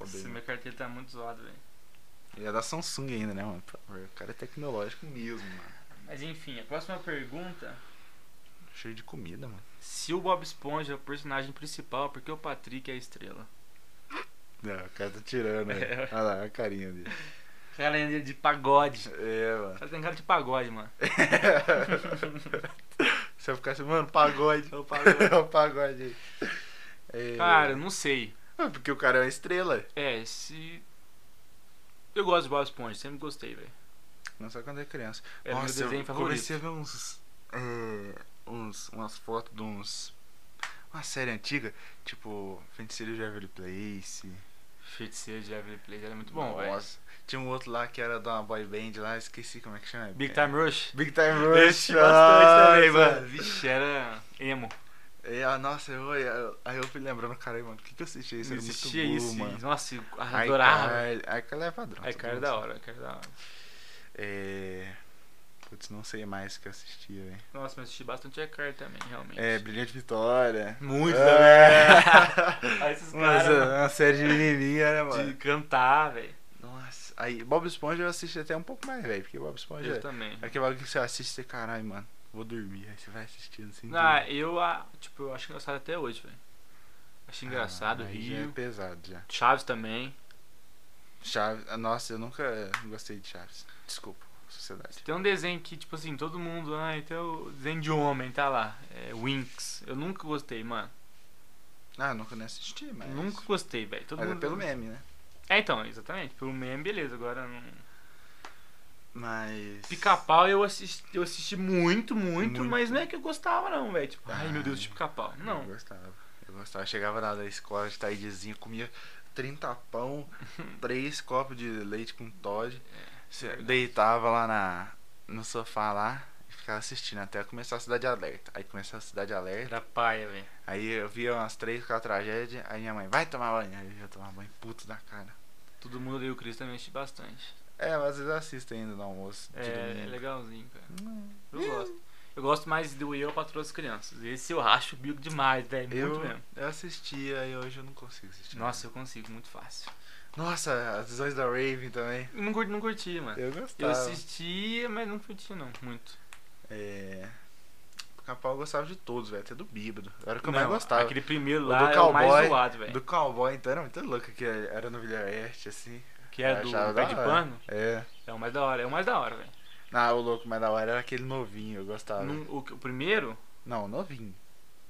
não.
Nossa, minha carteira tá muito zoada, velho.
Ele é da Samsung ainda, né, mano? Pelo amor, O cara é tecnológico mesmo, mano.
Mas enfim, a próxima pergunta
Cheio de comida, mano.
Se o Bob Esponja é o personagem principal, por que o Patrick é a estrela?
Não, o cara tá tirando,
É.
velho. Olha lá, a carinha dele.
O cara é de pagode.
É,
O
mano.
cara tem cara de pagode, mano.
Se eu ficasse, mano, pagode.
É o pagode.
É o pagode aí. É,
Cara, eu não sei.
é Porque o cara é uma estrela.
É, se. Eu gosto de Bob Esponja, sempre gostei, velho.
Não só quando é criança.
Era
Nossa,
meu desenho
eu
favorito.
comecei a ver uns, é, uns. Umas fotos de uns. Uma série antiga, tipo Feiticeiro de Everly Place.
Feiticeiro de Evelyn Place era é muito bom, velho.
Nossa. Tinha um outro lá que era da uma boy band lá, esqueci como é que chama.
Big
É,
Time Rush?
Big Time
Eu
Rush.
assisti bastante
ai,
também,
mano.
Vixe, era emo.
E, ah, nossa, eu, eu- aí eu fui lembrando, caralho, mano, o que, que eu assisti isso?
Não
Era
existia
muito
isso.
bom, mano.
Nossa, eu
Ai,
adorava.
cara, Ai, cara é padrão.
Ai,
todo
cara,
mundo
da
sabe.
hora, cara, da hora.
É. Putz, não sei mais o que eu assistia, velho.
Nossa, mas assisti bastante a cara também, realmente.
É, Brilhante Vitória.
Muito
É.
também. né? Aí esses
Mas
caras,
é
mano.
uma série de menininha, né,
de
mano?
cantar, velho.
Nossa, aí Bob Esponja eu assisti até um pouco mais, velho, porque Bob Esponja
Eu
é
também.
aquele bagulho que você assiste e você, caralho, mano, vou dormir, aí você vai assistindo assim.
Ah,
dorme.
eu, ah, tipo, eu acho engraçado até hoje, velho. Acho é engraçado,
Ah, aí já
Rio.
é pesado já.
Chaves também.
Chaves, ah, nossa, eu nunca gostei de Chaves. Desculpa, sociedade.
Tem um desenho que, tipo assim, todo mundo, ah, então desenho de homem, tá lá. É, Winx. Eu nunca gostei, mano.
Ah, nunca nem assisti, mas.
Nunca gostei, velho. Todo
Mas é
mundo.
pelo meme, né?
É, então, exatamente. Pelo meme, beleza. Agora não.
Mas.
Pica-pau eu assisti, eu assisti muito, muito,
Muito. Ah, é.
mas não é que eu gostava, não, velho. Tipo, ai meu Deus, de
Ai.
pica-pau.
Eu
Não.
gostava. Eu gostava. Eu chegava na da escola de tardezinha, comia 30 pão, três copos de leite com Todd. Cê
É, verdade.
deitava lá na, no sofá lá. ficava assistindo até começar a Cidade Alerta. Aí começou a Cidade Alerta.
Era paia, velho.
Aí eu via umas três, quatro tragédias. Aí minha mãe, vai tomar banho. Aí eu ia tomar banho puto da cara.
Todo mundo odeia o Chris também, assisti bastante.
É, mas às vezes assistem ainda no almoço. de
É, é
domingo.
legalzinho, cara.
Hum.
Eu gosto. Eu gosto mais do Eu Patroa as Crianças. Esse eu racho o bico demais, velho. Muito
Eu,
mesmo.
eu assistia e hoje eu não consigo assistir.
Nossa, eu consigo, muito fácil.
Nossa, as visões da Raven também.
Eu Não curti, não curti mano.
Eu
Eu
gostava.
assisti, mas não curti, não. Muito.
É. O Capão eu gostava de todos, velho. Até do Bíbado. Era o que eu
Não,
mais gostava.
Aquele primeiro
O
lá
do
era o mais
cowboy,
zoado, velho.
Do cowboy, então, era muito louco que era no Vila Oeste, assim.
Que
Eu
era É do
achava
pé
da
de
hora.
pano.
É.
É o mais da hora, é o mais da hora, velho.
Ah, o louco mais da hora era aquele novinho, eu gostava.
Num- O, o primeiro,
Não, novinho.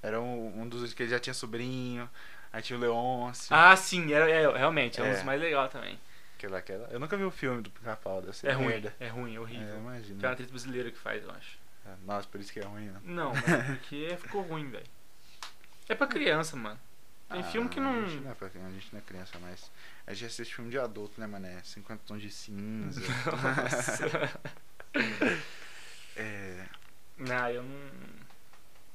Era um, um dos que ele já tinha sobrinho. Aí tinha o Leôncio.
Ah, sim, era, é, realmente, é um
É.
dos mais legais também.
Aquela, aquela. Eu nunca vi o filme do Pica-Pau, deve ser
é ruim,
merda.
é ruim, é
É,
horrível. Tem uma
imagina.
atriz brasileira que faz, eu acho.
Ah, Nossa, por isso que é ruim, né?
Não, mas porque ficou ruim, velho. É pra criança, mano. Tem
Ah,
filme que
A
não.
gente não, é pra criança, a gente não é criança mais. A gente assiste filme de adulto, né, mané? 50 tons de cinza.
Nossa.
é.
não, Ah, eu não.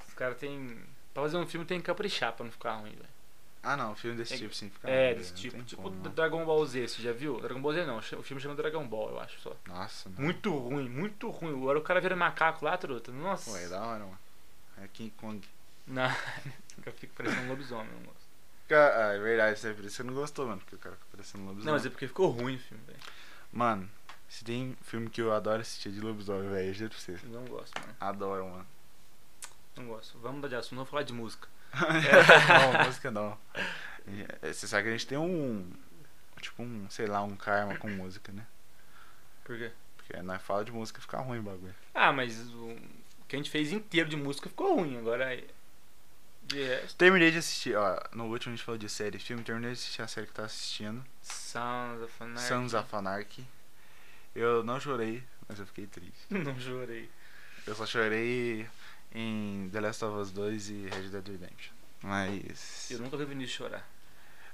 Os caras tem. Pra fazer um filme tem que caprichar pra não ficar ruim, velho.
Ah, não, filme desse
É-
tipo sim fica.
É,
merda,
desse
não
tipo.
tem
Tipo
como, né?
do
não.
Dragon Ball Z, você já viu? Dragon Ball Z não, o filme chama Dragon Ball, eu acho só.
Nossa, mano.
Muito ruim, muito ruim. Agora o cara vira macaco lá, truta. Nossa.
Ué, é da hora, mano. É King Kong.
Não, eu fico parecendo um lobisomem, eu não gosto.
Ca- Ah, é verdade, isso é por isso que você não gostou, mano. Porque o cara fica parecendo um
Não,
lobisomem.
mas é porque ficou ruim o filme, velho.
Mano, se tem filme que eu adoro assistir é de lobisomem, velho, eu juro pra você.
Eu Não gosto, mano.
Adoro, mano.
Não gosto. Vamos mudar de assunto, vamos falar de música.
não, música não. É, Você sabe que a gente tem um. Tipo um, sei lá, um karma com música, né?
Por quê?
Porque nós fala de música fica ruim o bagulho.
Ah, mas o o que a gente fez inteiro de música ficou ruim. Agora. é- De resto.
Terminei de assistir, ó. No último a gente falou de série e filme, terminei de assistir a série que eu tava assistindo.
Sounds of Anarchy.
Sons of Anarchy. Eu não chorei, mas eu fiquei triste.
Não chorei.
Eu só chorei em The Last of Us 2 e Red Dead Redemption. Mas.
Eu nunca vi o Vinícius chorar.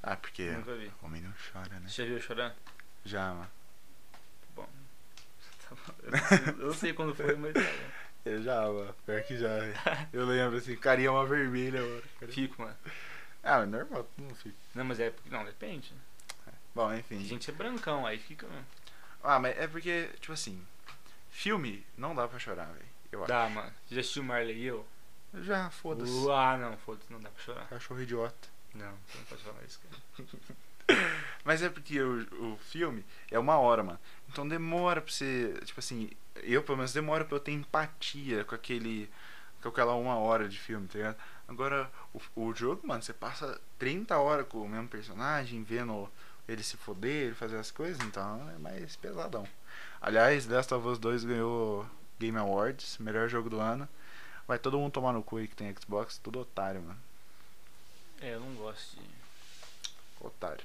Ah, porque.
Nunca vi.
Homem não chora, né?
Você já viu eu chorar?
Já, mano.
Bom. Tá bom. Eu não sei- Eu não sei quando foi, mas tá bom.
Eu já, mano. Pior que já, velho. Eu lembro assim, carinha uma vermelha, mano. Carinha-
é, Fico, mano.
Ah, mas normal, todo mundo fica.
Não, mas é. porque- Não, depende.
Bom,
A
enfim.
gente é brancão, aí fica mesmo.
Ah, mas é porque, tipo assim, filme não dá pra chorar, velho. Eu acho.
Dá, mano. Já assistiu Marley e eu?
Já, foda-se.
Uh, ah, não, foda-se, não dá pra chorar.
Cachorro idiota.
Não, você não pode falar isso, cara.
Mas é porque o, o filme é uma hora, mano. Então demora pra você. Tipo assim, eu pelo menos demora pra eu ter empatia com aquele. Com aquela uma hora de filme, tá ligado? Agora, o, o jogo, mano, você passa 30 horas com o mesmo personagem, vendo ele se foder, ele fazer as coisas, então é mais pesadão. Aliás, Last of Us 2 ganhou Game Awards, melhor jogo do ano. Vai todo mundo tomar no cu aí que tem Xbox, tudo otário, mano.
É, eu não gosto de.
Otário.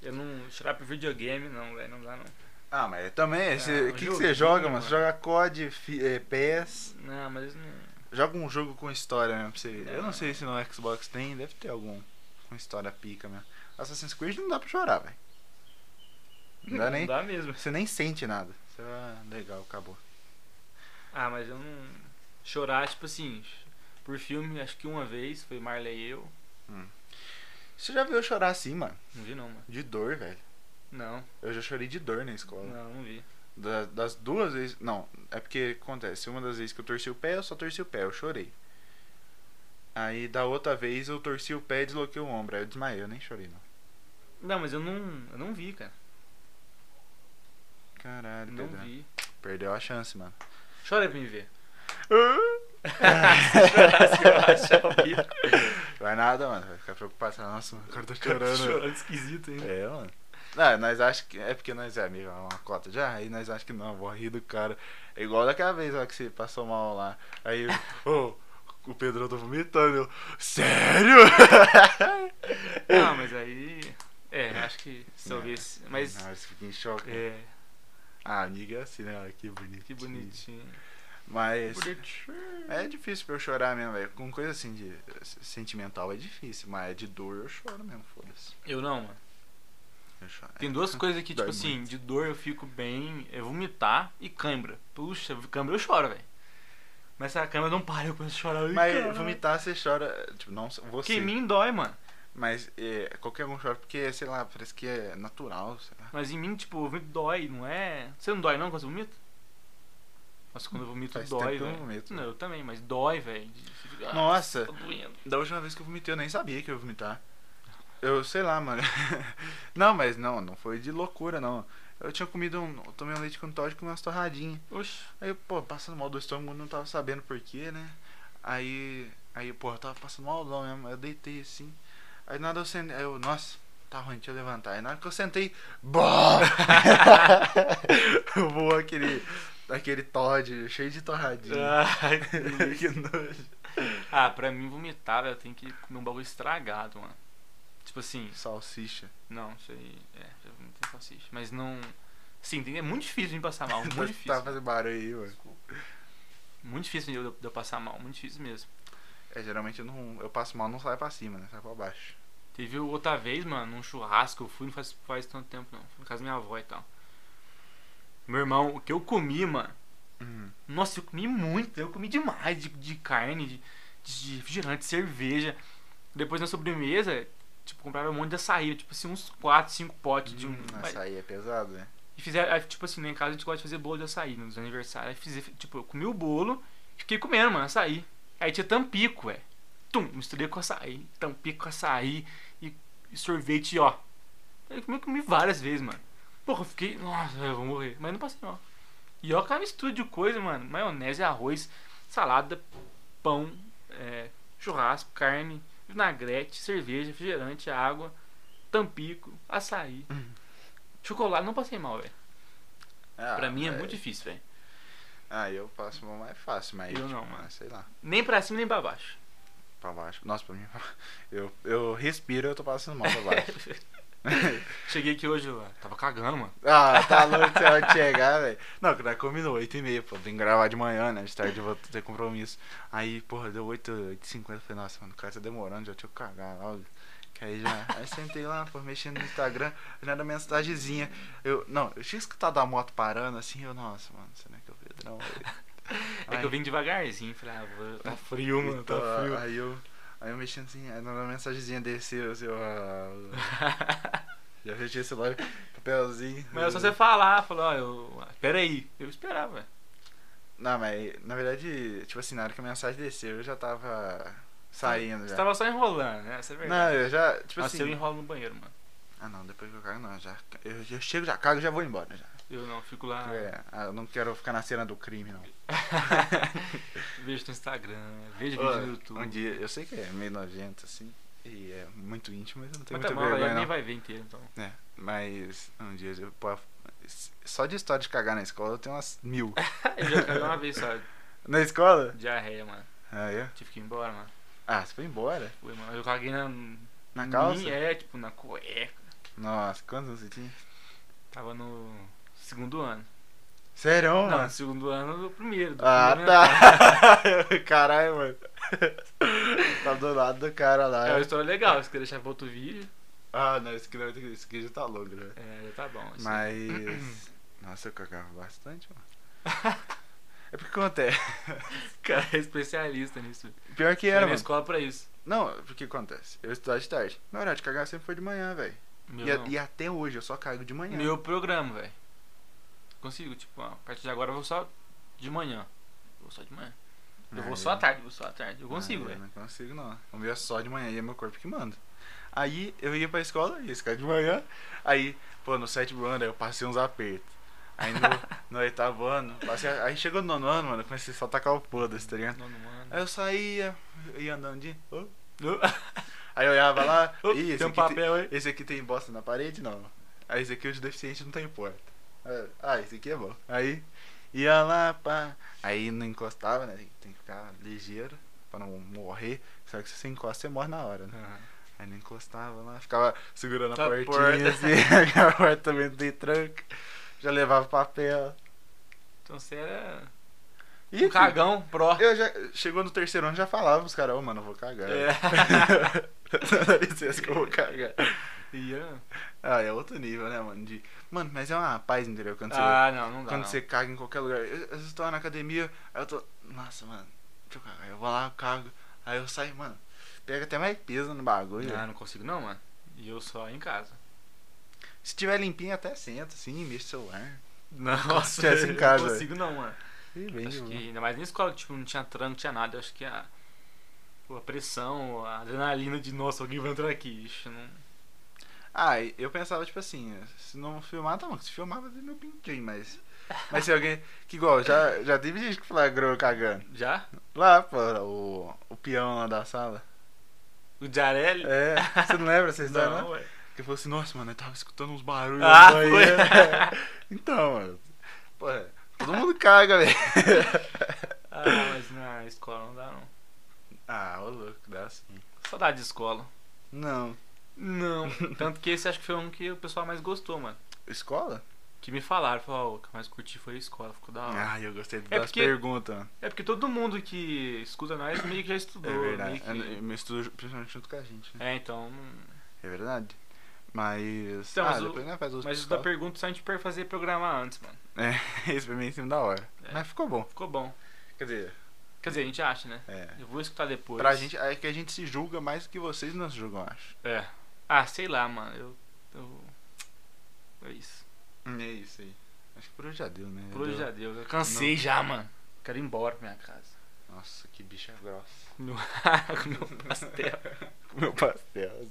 Eu não. Chorar pro videogame, não, velho, não dá não.
Ah, mas também,
Ah,
você- o que, que
joguinho,
você joga, mano?
mano.
Você joga COD, fi- eh, PES,
Não, mas isso não.
joga um jogo com história mesmo pra você. Eu
Não.
não sei se no Xbox tem, deve ter algum com história pica mesmo. Assassin's Creed não dá pra chorar, velho. Não dá nem.
Não dá mesmo.
Você nem sente nada. Você vai, legal, acabou.
Ah, mas eu não. Chorar, tipo assim, por filme, acho que uma vez, foi Marley e eu.
Você já viu eu chorar assim, mano?
Não vi não, mano.
De dor, velho.
Não,
Eu já chorei de dor na escola.
não, não vi.
Da- das duas vezes. Não, é porque acontece. Uma das vezes que eu torci o pé, eu só torci o pé, eu chorei. Aí da outra vez eu torci o pé e desloquei o ombro. Aí eu desmaiei, eu nem chorei, não.
Não, mas eu não. Eu não vi, cara.
Caralho,
Não
Pedrão.
vi.
Perdeu a chance, mano.
Chora aí pra me ver. Se chorasse, eu acho horrível.
Vai nada, mano. Vai ficar preocupado. Fala, Nossa, mano, o cara tá chorando.
Chorando esquisito, hein?
É, mano. Não, nós acha que. É porque nós é amigo, é uma cota já. Aí nós acha que não, vou rir do cara. É igual daquela vez lá que você passou mal lá. Aí, ô, o Pedrão tá vomitando. Eu, Sério?
Não, mas aí. É, acho que se eu
Não.
visse. Mas.
Ah, você fica em choque.
É,
Ah, amiga é assim, né? Olha Que bonito.
que bonitinho.
Mas.
Bonitinho.
É difícil pra eu chorar mesmo, velho. Com coisa assim de é sentimental é difícil, mas de dor eu choro mesmo, foda-se.
Eu não, mano.
Fechou. É.
Tem duas coisas que, tipo
Dói
assim,
muito.
de dor eu fico bem. É vomitar e cãibra. Puxa, cãibra eu choro, velho. Mas a cãibra não para, eu começo a chorar. Ai,
Mas
caralho.
vomitar você chora, tipo, não você.
Porque em mim dói, mano.
Mas é, qualquer um chora porque, sei lá, parece que é natural, sei lá.
Mas em mim, tipo, o vomito dói, não é. Você não dói não quando você vomita? Nossa, quando eu vomito
Faz
dói,
tempo que eu não
velho.
vomito.
Não, eu também, mas dói, velho. De- você fica, ah,
Nossa,
Tá doendo.
da última vez que eu vomitei eu nem sabia que eu ia vomitar. Eu sei lá, mano. não, mas não, não foi de loucura, não. Eu tinha comido um. Eu tomei um leite com tóxico e umas torradinhas.
Oxi.
Aí, pô, passando mal do estômago, não tava sabendo porquê, né? Aí, aí, pô, eu tava passando malzão mesmo. Eu deitei assim. Aí na hora eu sentei. Aí eu, nossa, tá ruim, deixa eu levantar. Aí na hora que eu sentei. Bó! Voou aquele. Aquele Todd cheio de
Ah.
torradinha.
Ai,
que nojo.
Ah, pra mim vomitar, velho, eu tenho que comer um bagulho estragado, mano. Tipo assim,
Salsicha.
não, isso aí. É, já vomitei salsicha. Mas não. Sim, tem- é muito difícil de me passar mal. Muito difícil.
Tá fazendo barulho aí, mano.
Muito difícil de eu, de eu passar mal, muito difícil mesmo.
É, geralmente eu, não, eu passo mal, não sai pra cima, né? Sai pra baixo.
Teve outra vez, mano, num churrasco, eu fui não faz, faz tanto tempo não. Fui na casa da minha avó e tal. Meu irmão, o que eu comi, mano. Nossa, eu comi muito, eu comi demais de, de carne, de, de refrigerante, de cerveja. Depois na sobremesa, tipo, compraram um monte de açaí, tipo assim, uns 4, 5 potes de um.
Hum,
mas-
açaí é pesado, né?
E fizeram, aí, tipo assim, lá em casa a gente gosta de fazer bolo de açaí né, nos aniversários. Aí fiz, tipo, eu comi o bolo, fiquei comendo, mano, açaí. Aí tinha tampico, ué. Tum, misturei com açaí, tampico com açaí e, e sorvete, ó. Aí comi, comi várias vezes, mano. Porra, eu fiquei, nossa, eu vou morrer. Mas não passei mal. E ó, cara, mistura de coisa, mano. Maionese, arroz, salada, pão, é, churrasco, carne, vinagrete, cerveja, refrigerante, água, tampico, açaí. Chocolate, não passei mal, velho.
Ah,
Pra mim é
mas-
muito difícil, velho.
Ah, eu passo mal mais fácil, mas.
Eu não,
tipo,
mano.
ah, Sei lá,
Nem pra cima, nem pra baixo.
pra baixo. Nossa, pra mim. Eu, eu respiro eu tô passando mal pra baixo.
Cheguei aqui hoje, eu tava cagando, mano.
ah, tá louco você vai chegar, velho. Não, que nós combinou 8h30, pô. Tem que gravar de manhã, né? De tarde eu vou ter compromisso. Aí, porra, deu 8 8h50. Falei, nossa, mano, o cara tá demorando, já deixa eu cagar lá. ó. Que aí já. Aí sentei lá, pô, mexendo no Instagram, olhando a mensagenzinha. Eu, não, eu tinha escutado a moto parando assim, eu, nossa, mano, será que é o Pedrão?
É que eu vim devagarzinho, falei, ah, vou- tá frio, mano, tá
Então,
frio.
Aí eu, aí eu mexendo assim, aí na na mensagenzinha desceu, assim, eu, ah, já fechei o celular, papelzinho.
Mas é só você falar, falar, ó, eu. ah, Pera aí, eu esperava.
Não, mas na verdade, tipo assim, na hora que a mensagem desceu, eu já tava saindo
Você
já.
tava só enrolando, né? Essa é a
É. Não,
verdade.
eu já, tipo
Nossa, eu
assim.
enrolo no banheiro, mano.
Ah, não, depois que eu cago, não, já. Eu, eu chego, já cago e já vou embora já.
Eu não, fico lá.
É, ah, eu não quero ficar na cena do crime, não.
vejo no Instagram, vejo
Ó,
vídeo no YouTube.
Um dia, eu sei que é meio nojento, assim, e é muito íntimo, mas eu não tenho
Mas
muita
tá bom,
vergonha,
ela
não.
nem vai ver inteiro, então.
É, mas um dia eu, pô, só de história de cagar na escola eu tenho umas mil.
Eu já caguei uma vez só,
na escola?
diarreia, mano.
Ah, é?
Tive que ir embora, mano.
Ah, você foi embora?
Fui, mano. Eu caguei na.
Na
em
calça?
mim, É, tipo, na cueca.
Nossa, quantos anos você tinha?
Tava no segundo ano.
Sério, Ah,
Não,
mano?
do segundo ano do primeiro. do
Ah,
primeiro, né?
tá. Caralho, mano. tá do lado do cara lá.
É uma história legal, se quiser deixar pra outro vídeo,
Ah, não, esse aqui, não, esse aqui já tá louco, né?
é, já tá bom. assim.
Mas. Nossa, eu cagava bastante, mano. É porque acontece.
O cara é especialista nisso.
Pior que
Eu ia
era,
na
mano.
escola pra isso.
Não, porque acontece. Eu estudava de tarde. Meu horário de cagar sempre foi de manhã, velho.
Meu,
E, a-
não.
e até hoje eu só cago de manhã.
Meu programa, velho. Consigo, tipo, ó, a partir de agora eu vou só de manhã. Vou só de manhã. Eu vou só à
tarde.
tarde, vou só à tarde. Eu consigo,
Eu
velho.
Ah, não consigo, não. O meu é só de manhã e é meu corpo que manda. Aí eu ia pra escola, ia ficar de manhã. Aí, pô, no sétimo ano eu passei uns apertos. Aí no, no oitavo ano, passei, aí chegou no nono ano, mano, eu comecei só a tacar o foda-se, tá ligado?
Nono ano.
Aí eu saía, ia andando de. oh,
Eu-
Aí eu olhava lá,
eu-
ih, esse
Tem um
aqui,
papel aí.
tem, esse aqui tem bosta na parede? Não. Aí esse aqui é os deficientes não tem porta. Ah, esse aqui é bom. Aí ia lá, pá. Aí não encostava, né? Tem que ficar ligeiro pra não morrer. Só que se você encosta, você morre na hora, né?
Aham.
Aí não encostava lá, ficava segurando
Tá
a portinha
porta.
assim, a porta também não tem tranco. Já levava papel.
Então você era
Ih,
um cagão pró.
Eu já, chegou no terceiro ano já falava pros caras, ô mano, eu vou cagar.
É.
Dá licença que eu vou cagar.
Ia.
Ah, é outro nível, né, mano? De... Mano, mas é uma paz interior quando você.
Ah, não, não dá.
quando
não.
você caga em qualquer lugar. Eu, às vezes eu tô lá na academia, aí eu tô. Nossa, mano, deixa eu cagar. Eu vou lá, eu cago. Aí eu saio, mano. Pega até mais peso no bagulho.
Ah, não consigo não, mano. E eu só em casa.
Se tiver limpinho, até senta, assim, mexe o celular.
Nossa,
tivesse em casa, um.
eu não consigo não, mano.
Ih, bem de
acho que,
boa.
ainda mais na escola, tipo, não tinha tranco, não tinha nada. Eu acho que a, pô, a pressão, a adrenalina de, nossa, alguém vai entrar aqui. Ixi, não...
Ah, e eu pensava, tipo assim, se não filmar, tá bom. Se filmar, vai ter meu pintinho, mas. Mas se alguém. Que igual, já, já teve gente que flagrou eu cagando.
Já?
Lá, pô, o, o peão lá da sala.
O Jarelli?
É, você não lembra essa história,
não,
não?
ué.
Que falou assim, nossa, mano, eu tava escutando uns barulhos
Ah,
no banheiro. então, mano. Pô, é, todo mundo caga, velho.
Ah, mas na escola não dá, não.
Ah, ô louco, dá sim.
Saudade de escola.
Não.
Não. Tanto que esse acho que foi um que o pessoal mais gostou, mano.
Escola?
Que me falaram, falaram, "Ó, o que eu mais curti foi a escola, ficou da hora.
Ah, eu gostei das
É porque-
perguntas.
É porque todo mundo que escuta nós meio que já estudou.
É verdade.
meio que-
Eu, eu estudo principalmente junto com a gente, né?
É, então. não-
É verdade. Mas.
Então,
ah,
mas o-
depois nós faz outro
Mas isso da pergunta só a gente per- fazer programar antes, mano.
É, esse pra mim em cima da hora.
É.
Mas ficou bom.
Ficou bom.
Quer dizer,
Quer dizer, a gente acha, né?
é.
Eu vou escutar depois.
Pra gente, é que a gente se julga mais do que vocês nos julgam, eu acho.
É. Ah, sei lá, mano. Eu. eu... É isso.
É isso aí. Acho que por hoje já deu, né?
Por hoje
Deu.
já deu. Eu cansei já, mano. Quero ir embora pra minha casa.
Nossa, que bicha grossa.
Comer um- comer um pastel.
Meu pastel.